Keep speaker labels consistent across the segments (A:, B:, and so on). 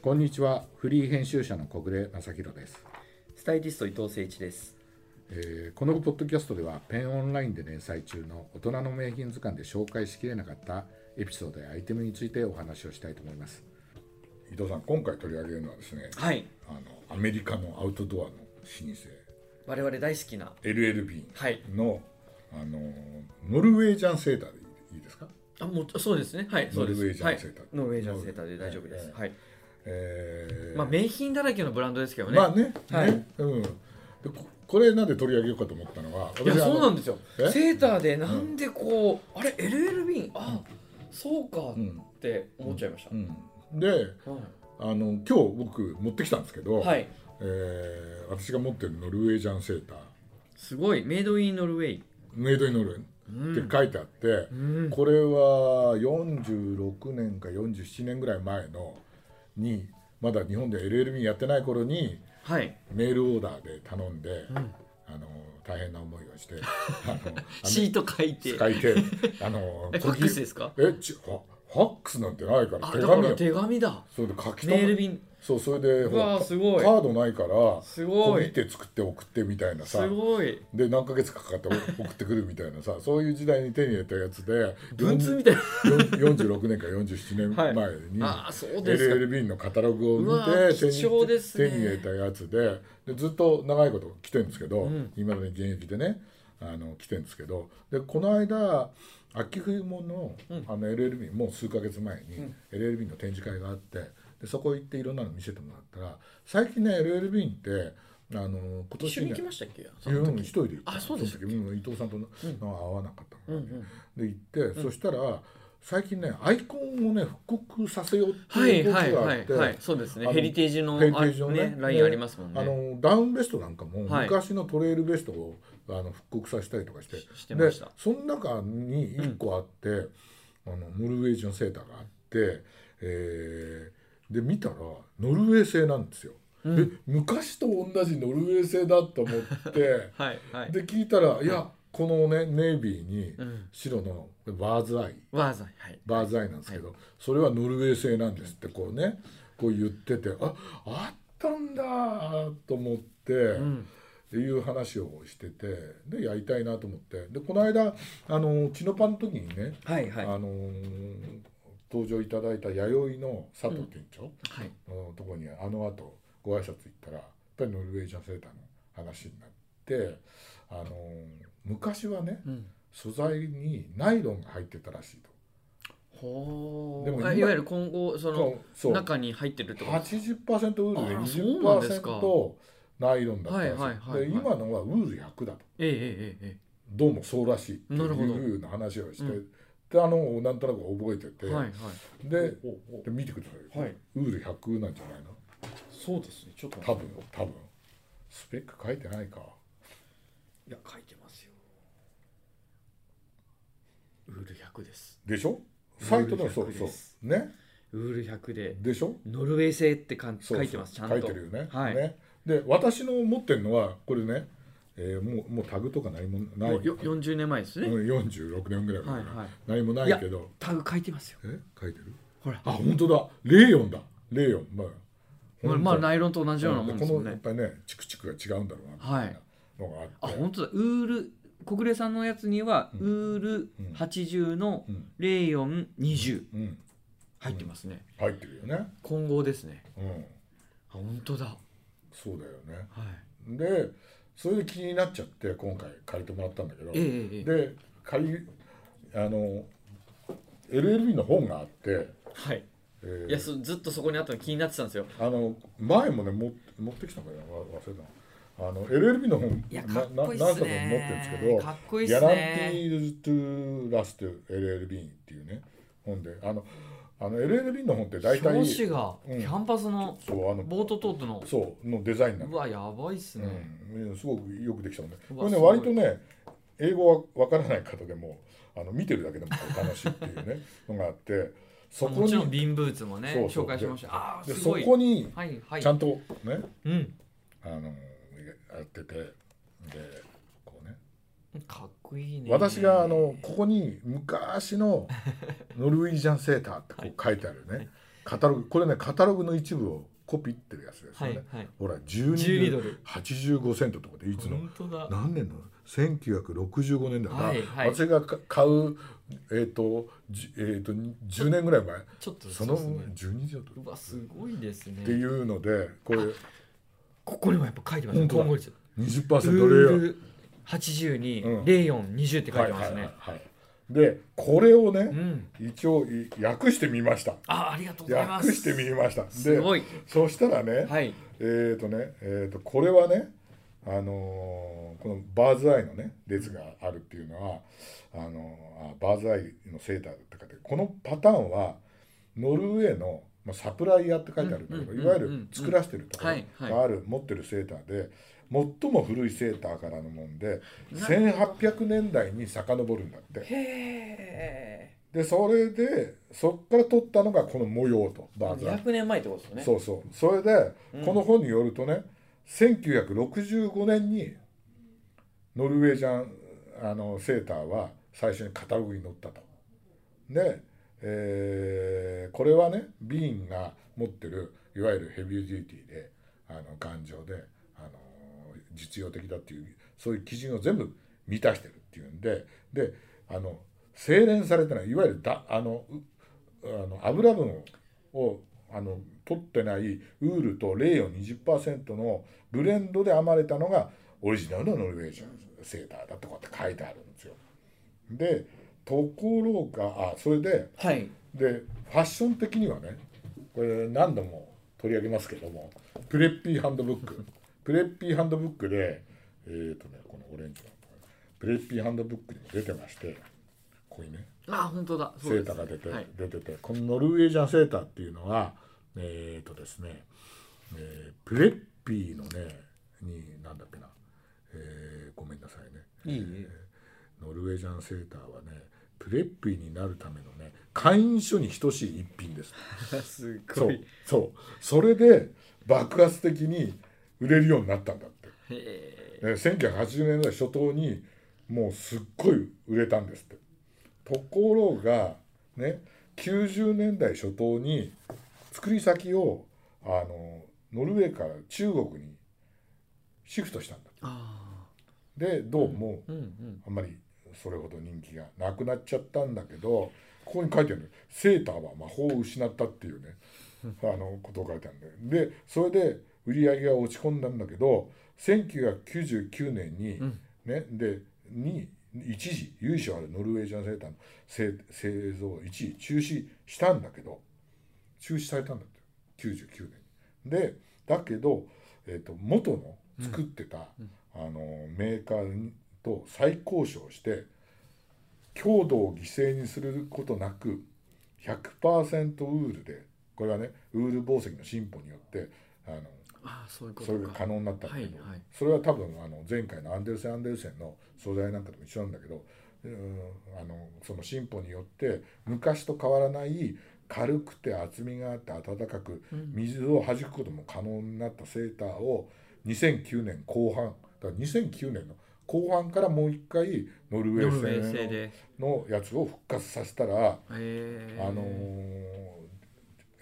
A: こんにちはフリー編集者の小暮正弘です、
B: スタイリスト伊藤誠一です。
A: えーこのポッドキャストではペンオンラインで連載中の大人の名品図鑑で紹介しきれなかったエピソードやアイテムについてお話をしたいと思います伊藤さん今回取り上げるのはですね
B: はい。
A: あのアメリカのアウトドアの老舗
B: 我々大好きな。
A: LLB
B: はい。
A: の,、あのノルウェージャンセーターでいいですか
B: あ、もう、そうですね。はい。そうです
A: ノルウェージャンセーター
B: はいノルウェージャンセーターで大丈夫です。
A: ノ
B: はい。
A: えー
B: まあ、名品だらけのブランドですけどね。
A: まあね、
B: はい
A: ねうん、でここれなんで取り上げようかと思ったのは、
B: いや、そうなん
A: す。
B: ですよ
A: え。
B: セーターで、なんでこう、あれ、LL ビン、あ、そうか
A: うん
B: って思っちゃいました
A: う。ん、で、
B: は
A: あの今日僕持ってきたんですけど、
B: いはい。
A: えー私が持ってるノルウェージャンセーター、
B: すごい、メイドインノルウェイ。
A: メイドインノルウェーって書いてあって、
B: うん。
A: これは46年か47年ぐらい前のに、まだ日本で LLB やってない頃に
B: はい。
A: メールオーダーで頼んで、
B: ん
A: あの大変な思いを して、あの
B: シート書いて。
A: 使い手あの
B: え、ファックスですか
A: えちあファックスなんてないから
B: あ、
A: 手
B: だか
A: 紙
B: ら
A: や
B: 手紙だ。
A: それで書き
B: メール
A: 留め
B: ビン。
A: そうそれで
B: う
A: ほら
B: わー、
A: カ
B: すごい。
A: ードないから
B: すご
A: 見
B: い。
A: て作って送ってみたいなさ
B: すごい。
A: で何ヶ月かかって 送ってくるみたいなさそういう時代に手に入れたやつで
B: 文通みたいな。
A: よん46年か47年前に、
B: ああ、そうですか。
A: LLB のカタログを見
B: うわー
A: て手に
B: 貴重ですね
A: 手に入れたやつででずっと長いこと来てるんですけど
B: ん
A: いま、未だに現役でねあの来てるんですけどでこの間秋冬物の,、あの LLB もう数ヶ月前に、LLB の展示会があってでそこ行っていろんなの見せてもらったら最近ね LLB ってあの今
B: 一
A: 年
B: 緒に行き
A: ね
B: ましたっけ
A: うん一人で行った
B: あそうでしたっけ
A: うん伊藤さんとな会わなかった
B: う
A: の
B: んう
A: ね、
B: ん、
A: で行って、そしたら最近ねアイコンをね復刻させようっていう動きがあって、
B: そうです
A: あの
B: テージ
A: ヘリテージの
B: あ
A: ね
B: ね
A: で
B: すも
A: あのダウンベストなんかも
B: はい
A: 昔のトレイルベストをあの復刻させたりとかして,、
B: し
A: でその中に1個あって、あのノルウェージのセーターがあって、えーで見たらノルウェー製なんですよ。
B: うん
A: え昔と同じノルウェー製だと思って、
B: はい は
A: で聞いたらいやこのねネイビーに
B: うん
A: 白のバーズアイ
B: わざはい
A: バーズアイなんですけど、それはノルウェー製なんですってこうねこう言っててああったんだと思って、
B: うん
A: っていう話をしててでやりたいなと思ってでこの間あのチノパンの時にね、
B: はいはいは
A: あの登場いただいた弥生の佐藤店長
B: い
A: のとこにあの後ご挨拶行ったらやっぱりノルウェージャンセーターの話になってあの昔はね
B: うん
A: 素材にナイロンが入ってたらしいと。
B: ほ
A: でも
B: う
A: 今
B: あいわゆる今後その
A: そう
B: 中に入ってるってことです
A: 80%ウールで
B: あそうなんですか
A: 20%ナイロンだったらしい、
B: はいはいはいはい
A: で今のはウール100だと
B: えええええ
A: どうもそうらしいってい
B: なるほど
A: うような話をして、
B: う
A: であのなんとなく覚えてて、
B: えはい
A: でで見てください、
B: はい
A: ウール100なんじゃないの
B: そうですねちょっと
A: 多分多分スペック書いてないか
B: いや書いてますよウール100です
A: でしょサイト
B: ウー
A: の
B: ル100
A: そうそう
B: です
A: ね
B: ウール100で
A: でしょ
B: ノルウェー製ってかん
A: そう
B: 書いてますちゃんと
A: 書いてるよね,、
B: はい
A: ねで私の持ってるのはこれね、えーもうもうタグとか何もない
B: もうよ40年前ですね、
A: うん46年ぐらい前
B: はい
A: から、
B: はい
A: 何もないけど
B: タグ書いてますよ
A: え書いてる
B: ほら
A: あ本当だレーヨンだレーヨンまあ
B: まあ、まあナイロンと同じようなもんですもん
A: このやっ
B: ね
A: ぱりねチクチクが違うんだろうなみ
B: は
A: た
B: い
A: いなのがあ
B: あ
A: って、
B: 本当だウール国連さんのやつには、ウール
A: うん
B: 80の
A: うん
B: 0420
A: うん
B: 入ってますね、
A: 入ってるよね
B: 混合ですね
A: うん
B: あ本当だは
A: そうだよね
B: い
A: でそれで気になっちゃって今回借りてもらったんだけど
B: ええええええ
A: で借りあの LLB の本があって、
B: はい
A: えー
B: いやそずっとそこにあったの気になってたんですよ
A: あの前もねも持ってきたのかなわ忘れたなあの LLB の本
B: いや
A: な
B: かっこいいっ
A: な何冊も持っ
B: す
A: てるんですけど
B: ねかっこいいっ
A: ギャ
B: す
A: ランテ
B: ね
A: ィーズ・トゥ・ラスト・ LLB っていうね本であのあの LLB の本って大
B: 表
A: 体
B: 紙がキ
A: うん
B: ャンパスの
A: そうあの
B: ボートトートの
A: そうのデザインな
B: う
A: の、
B: わやばいっす
A: う
B: ね、
A: んうん、すごくよくできたのね
B: う
A: こ
B: わ
A: れね
B: すごい
A: 割とね英語はわからない方でもあの見てるだけでも楽しいっていうね のがあってそこ
B: もちろん
A: に
B: ビンブーツもね
A: そうそう
B: 紹介しましたああ
A: ですそ
B: ごい
A: こに
B: はいはい
A: ちゃんとね、
B: うん
A: あのやっててでこうね
B: かっこいいね
A: 私があのここに昔のノルウェージャンセーターってこう書いてあるね、カタログこれねカタログの一部をコピーってるやつですよ
B: は
A: ね、
B: いはい
A: ほら
B: 12
A: 12
B: ド
A: ド
B: ル
A: ル85セントとかでいつの
B: 本当だ
A: 何年の1965年だから、
B: はいはい
A: 私がか買うえっ、と,、じえー、と10年ぐらい前
B: ちょっと
A: その
B: そうですね
A: 12時だと
B: うわすごいですね
A: っていうのでこれ
B: ここにもやっぱ書いてます
A: 本
B: ね
A: 当だ
B: 統合率
A: 20%レイヤ
B: ウー
A: ー
B: ル82に、
A: うん
B: 0420って書いてますね、
A: はいはいはいでこれを
B: う
A: ね
B: ん
A: 一応い訳してみました
B: あありがとうございます
A: 訳してみました
B: すご
A: で
B: い
A: そしたらね、
B: はい
A: えっ、ー、とね、えー、とこれはね、あのーこのバーズアイのね列があるっていうのはあのーあバーズアイのセーターとかでこのパターンはノルウェーの、まあ、サプライヤーって書いてあるんだけど、
B: うんうん
A: いわゆ
B: うんうん
A: る作らせてるとこ
B: はい
A: ろ
B: はい
A: がある、持ってるセーターで最も古いセーターからのもんで1800年代に遡るんだって
B: へえ
A: でそれでそっから取ったのがこの模様とバーズアイ。
B: 200年前ってことです
A: そ
B: よね
A: うそうそれで、
B: うん
A: この本によるとね1965年にノルウェージャンあのセーターは最初にカタログに載ったと。で、えーこれはねビーンが持ってるいわゆるヘビーデューティーであの頑丈であの実用的だっていうそういう基準を全部満たしてるっていうんでであの精錬されてないいわゆるだあのうあの油分をあの取ってないウールとレイを20%のブレンドで編まれたのがオリジナルのノルウェージャンセーターだとかって書いてあるんですよ。でところがあそれで
B: はい
A: でファッション的にはねこれ何度も取り上げますけどもプレッピーハンドブックプレッピーハンドブックでえっ、とねこのオレンジのプレッピーハンドブックにも出てましてこういうね
B: あ本当だ
A: セ
B: そうで
A: ー
B: す
A: ターが出て、
B: はい、
A: 出ててこのノルウェージャンセーターっていうのはえっ、とですね、えープレッピーのねになんだっけな、えーごめんなさいね
B: い い
A: ノルウェージャンセーターはねプレッピーになるためのね会員書に等しい一品です
B: す
A: そ
B: ご
A: う
B: い
A: そうそれで爆発的に売れるようになったんだって
B: へえ
A: えー1980年代初頭にもうすっごい売れたんですってところがね90年代初頭に作り先をあのノルウェーから中国にシフトしたんだ
B: あ
A: でどうも
B: あうんうん
A: あんまりそれほど人気がなくなっちゃったんだけどここに書いてあるの「セーターは魔法を失った」っていうねあのことを書いてあるんだよでそれで売り上げが落ち込んだんだけど1999年に、
B: うん
A: ねでに一時由緒あるノルウェージャンセーターの製製造を一時中止したんだけど中止されたんだって99年に。でだけど、えー、と元の作ってた、あのメーカーにと再交渉して強度を犠牲にすることなく100%ウールでこれはねウール紡績の進歩によってあの
B: ああそういうこ
A: それ
B: と
A: が
B: か
A: 可能になったんだけど、
B: はいはい
A: それは多分あの前回のアンデルセン・アンデルセンの素材なんかとも一緒なんだけどうんあのその進歩によって昔と変わらない軽くて厚みがあって暖かく
B: うん
A: 水を弾くことも可能になったセーターを2009年後半だから2009年の後半からもう一回ノルウ
B: ノ
A: ェ
B: ルウェー
A: ー
B: 製
A: 製
B: でへ
A: のやつを復活させたら
B: え
A: あのー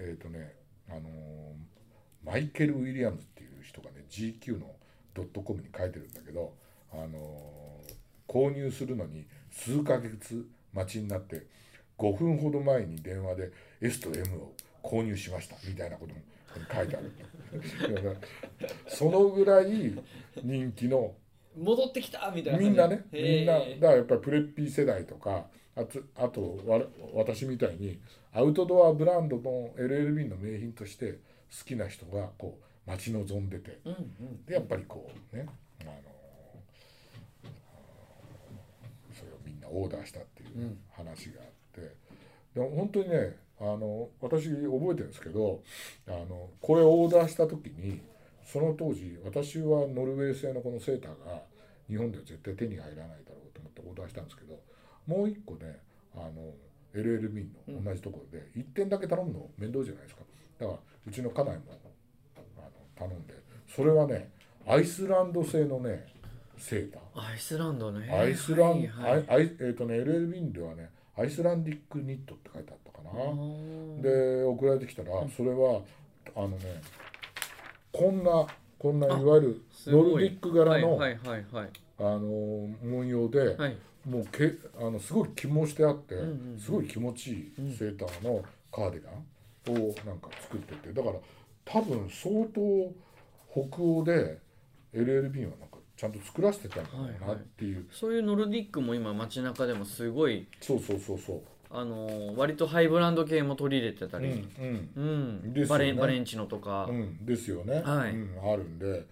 A: えっ、とね、あのーマイケル・ウィリアムズっていう人がね GQ のドットコムに書いてるんだけど、あのー購入するのに数ヶ月待ちになって5分ほど前に電話で S と M を購入しましたみたいなことも書いてある だからそのぐらい人気の
B: 戻ってきたみたいな感
A: み
B: じ
A: んなね
B: へ
A: みんなだ
B: え
A: からやっぱりプレッピー世代とかあつあとわ私みたいにアウトドアブランドの LLB の名品として好きな人がこう待ち望んでて
B: うんうん
A: でやっぱりこうねあのそれをみんなオーダーしたっていうね、
B: うん
A: 話があってでも本当にねあの私覚えてるんですけどあのこれをオーダーした時にその当時私はノルウェー製のこのセーターが日本では絶対手に入らないだろうと思ってオーダーしたんですけどもう一個ねあの LLB の同じところで1点だけ頼むの面倒じゃないですかだからうちの家内もあの頼んでそれはねアイスランド製のねセーター
B: アイスランドね
A: アイスラン
B: はいはい
A: アイアイえっ、とね LL ビンではねアイスランディックニットって書いてあったかなな、
B: ー
A: で送られてきたらそれはあのねこんなこんないわゆる
B: す
A: ノル
B: ご
A: デ
B: い
A: ィック柄の、
B: はいはいはいはい
A: あの文様で、
B: はい
A: もうけあのすごい起毛してあって、
B: んうんうん
A: すごい気持ちいいセーターのカーディガンをなんか作っててだから多分相当北欧で LLB はなんかちゃんと作らせてたんだろうなっていう、
B: そういうノルディックも今街中でもすごい
A: そうそうそうそう。
B: あのー割とハイブランド系も取り入れてた
A: う
B: り、
A: んうん
B: うん
A: ですよね
B: バレンバレンチノとか、
A: うん、ですよね、
B: はい
A: うん、あるんで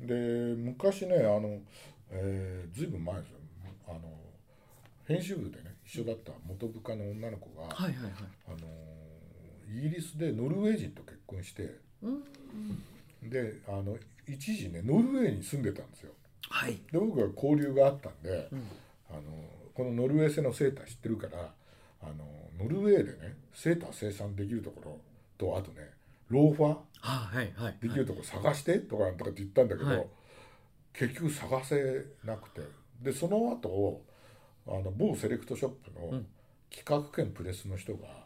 A: で昔ねあの、えー、ずいぶん前ですよあの編集部でね一緒だった元部下の女の子が、
B: はいはいはい
A: あのーイギリスでノルウェー人と結婚して、
B: うん
A: であの一時ねノルウェーに住んでたんですよ
B: はい
A: で僕は交流があったんで、
B: うん
A: あのこのノルウェー製のセーター知ってるからあのノルウェーでねセーター生産できるところとあとねローファー
B: あはいはい
A: できるとこ探してとかとかって言ったんだけど、
B: はい
A: 結局探せなくてでその後あの某セレクトショップ
B: う
A: の
B: ん
A: 企画兼プレスの人が、
B: はい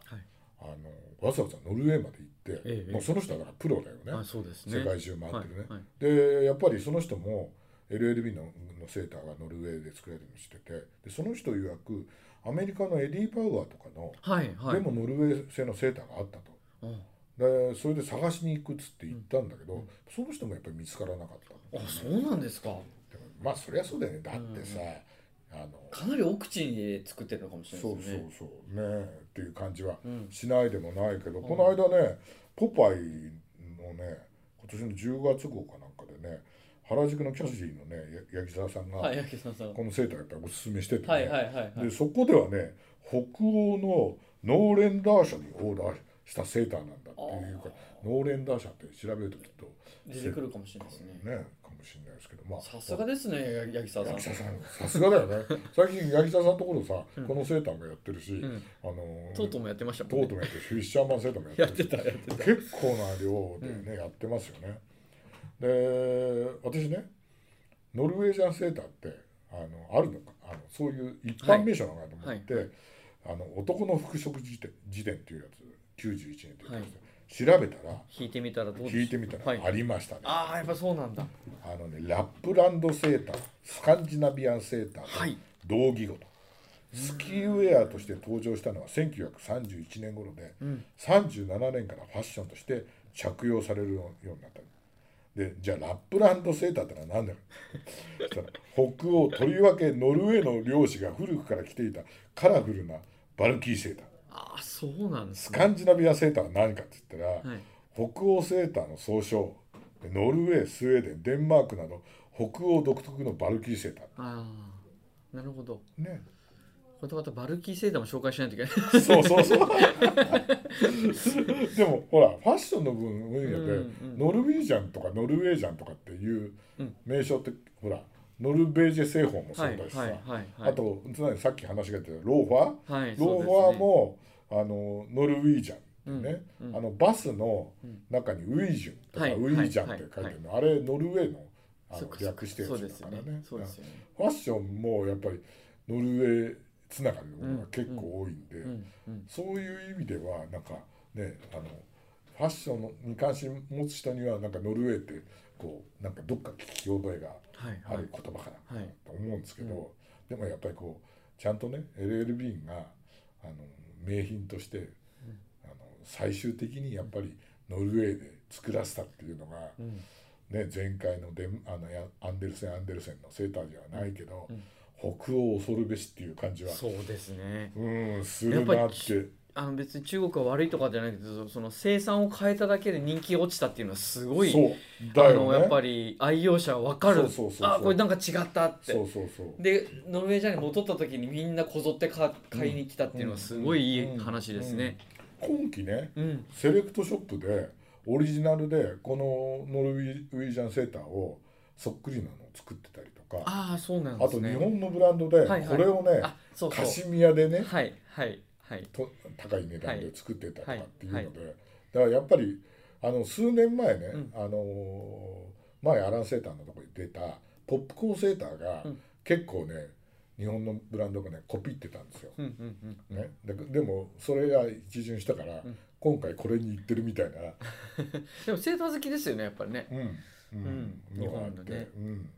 A: あのわざわざノルウェーまで行って、
B: ええ
A: もうその人はだからプロだよね、
B: あそうですね
A: 世界中回ってるね、
B: はいはい
A: でやっぱりその人も LLB ののセーターがノルウェーで作られるようにしててでその人曰くアメリカのエディ・パウアーとかの、
B: はいはい
A: でもノルウェー製のセーターがあったと。
B: うん
A: でそれで探しに行くっつって行ったんだけど、その人もやっぱり見つからなかった
B: あそうなんですか
A: でもまあそりゃそうだよねだってさ、あの
B: かなり奥地に作ってたかもしれな
A: そ
B: いうです
A: そ
B: ね
A: うそうねえっていう感じは
B: うん
A: しないでもないけど、この間ねポパイのね今年の10月号かなんかでね原宿のキャシーのねや八木沢さんが、
B: はい八木さんさん
A: このセーターやっぱりおすすめしてて、ね
B: はいはいはいはい
A: でそこではね北欧のノーレンダー社にオーダーしたセーターなんだっていうかノーレンダー社って調べるときっと
B: 出てくるかもしれないですね
A: ねかもしれないですけどまあ
B: さすがですね八木沢さん
A: 八木田さんさすがだよね最近八木田さんのところさ、このセーターもやってるし、
B: ん
A: あの
B: とうとうもやってました
A: ト
B: も
A: ー
B: ん
A: ト
B: ね
A: もやってるしフィッシャーマンセーターもやってるし
B: やってたやって
A: 結構な量でね、やってますよねで私ねノルウェージャンセーターってあのあるのかあのそういう一般名称なのかと思って、あの男の服飾辞典辞典っていうやつ91年ってやつで、調べたら
B: 弾いてみたらどうで
A: 聞いてみた
B: は
A: ら
B: い
A: ありましたね、
B: ああやっぱそうなんだ
A: あのね、ラップランドセータースカンジナビアンセーターと
B: はい
A: 同義語と、スキーウェアとして登場したのは1931年頃で、37年からファッションとして着用されるようになったでじゃあラップランドセーターってのは何だろうそしたら北欧とりわけノルウェーの漁師が古くから着ていたカラフルなバルキーセーター
B: ああそうなんです
A: ス
B: ね
A: カンジナビアセーターは何かって言ったら、
B: はい
A: 北欧セーターの総称ノルウェースウェーデンデンマークなど北欧独特のバルキーセーター
B: ああなるほど
A: ね
B: これまたバルキーセーターも紹介しないといけない
A: そうそうそう でもほらファッションの分野で、
B: うんうん
A: ノルウェージャンとかノルウェージャンとかっていう
B: うん
A: 名称って、ほらノルベージェ製法もそう
B: は
A: だ
B: い
A: しさ、
B: はいはいはい
A: あとつまりさっき話が出たローファー
B: はい
A: ローファーも、あのノルウィージャンってね、
B: うんうん
A: あのバスの中にウィージュンとか、
B: はい
A: ウィージャンって書いてるの、あれノルウェーのあ
B: そ
A: の
B: うかそうか
A: 略してるやつだからね
B: そうですよね
A: ファッションもやっぱりノルウェーつながりのものが結構多いんで、
B: そうですよねうんうん
A: そういう意味ではなんかねあのファッションに関心持つ人にはなんかノルウェーってこうなんかどっか聞き覚えが
B: はい
A: あ
B: はい
A: る言葉かな、
B: はい
A: と思うんですけど、でもやっぱりこうちゃんとね LLB があの名品として、あの最終的にやっぱりノルウェーで作らせたっていうのが、
B: うん
A: ね、前回のデンあのやアンデルセン・アンデルセンのセーターではないけど、
B: うん
A: 北欧恐るべしっていう感じは
B: そうですね
A: うんするなっ
B: やっぱ
A: て
B: りあの別に中国は悪いとかじゃないけどその生産を変えただけで人気落ちたっていうのはすごい
A: そうだ
B: あ
A: よ
B: の
A: ね
B: やっぱり愛用者は分かる
A: そうそうそうそう
B: あこれなんか違ったって
A: そうそうそう
B: でノルウェージャーに戻った時にみんなこぞってか買いに来たっていうのはすごいいい話ですね。
A: 今期ね
B: うん、
A: セレクトショップでオリジナルでこのノルウィージャンセーターをそっくりなのを作ってたりとか
B: ああそうなん
A: あ
B: です
A: と
B: ね。
A: 日本のブランドで
B: はいはい
A: これをね
B: あそうそう
A: カシミヤでね
B: はいはいはい
A: と高い値段で作ってたとかっていうの
B: はい
A: でだからやっぱりあの数年前ね
B: うん
A: あのー前アランセーターのとこに出たポップコーンセーターが
B: うん
A: 結構ね日本のブランドがねコピってたんですよ、
B: うんうんうん
A: ね、ででもそれが一巡したから、
B: うん
A: 今回これに行ってるみたいな、
B: でもセーター好きですよねやっぱりね
A: うんうん
B: うん
A: のがあっ
B: 日本の
A: て、
B: ね
A: うん、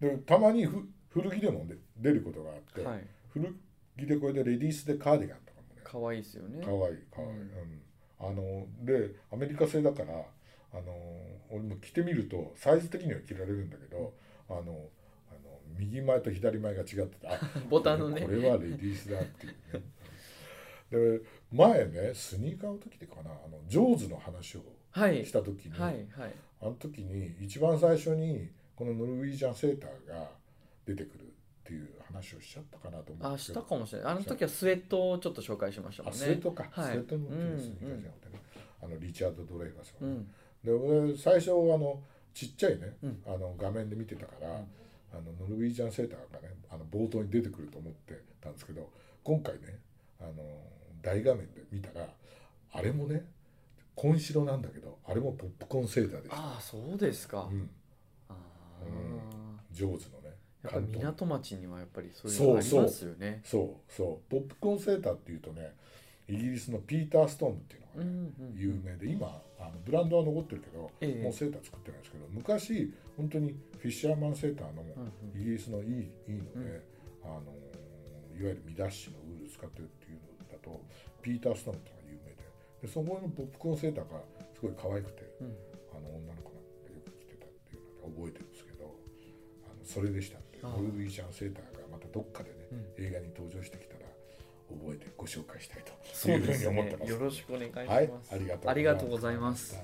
A: でたまにふ古着でも、ね、出ることがあって、
B: はい
A: 古着でこれでレディースでカーディガンとかもね
B: 可愛いですよね
A: かわいいかわいい、うんあのでアメリカ製だからあの俺も着てみるとサイズ的には着られるんだけどあのあの右前と左前が違ってた
B: ボタンのね
A: これはレディースだっていうねで前ねスニーカーの時でかなあのジョーズの話を
B: はい
A: した時に、
B: はいはい
A: あの時に一番最初にこのノルウィージャンセーターが出てくるっていう話をしちゃったかなと思うん
B: あ
A: です
B: し
A: け
B: た
A: ど
B: かもしれないあの時はスウェットをちょっと紹介しましたも
A: あ
B: ん
A: スウェッ
B: ね
A: トか、
B: はい
A: スウェットの
B: うん
A: スニーカーじゃなくてね、あのリチャード・ドレイファス
B: う
A: のね、
B: ん
A: で俺最初あのちっちゃいね、
B: うん
A: あの画面で見てたから、あのノルウィージャンセーターがねあの冒頭に出てくると思ってたんですけど今回ねあの大画面で見たらあれもね紺白なんだけどあれもポップコーンセーターでした、
B: ああそうですか
A: うん、
B: ああ
A: うんジョーズのね
B: やっぱり
A: 関東
B: 港町にはやっぱりそういうのありますよね
A: そうそうポップコーンセーターっていうとねイギリスのピーター・ストームっていうのがね、
B: うんうん
A: 有名で今あのブランドは残ってるけど、
B: ええ
A: もうセーター作ってないんですけど昔本当にフィッシャーマンセーターの
B: うんうん
A: イギリスのいいいいので、
B: うん
A: あのーいわゆるミダッシュのウール使ってるっていうのだとピーター・ストーンっていうのが有名ででそこのポップコーンセーターがすごい可愛くて
B: うん
A: あの女の子なんかよく着てたっていうのを覚えてるんですけどあのそれでしたんで
B: あ
A: ノ
B: あ
A: ルウィージャンセーターがまたどっかでね、
B: う
A: 映画に登場してきたら覚えてご紹介したいと
B: そ
A: いううふう
B: で
A: に
B: す
A: 思って
B: ね
A: ます。
B: よろしくお願いし
A: はい
B: ます、
A: ありがとう
B: ありがとうございます。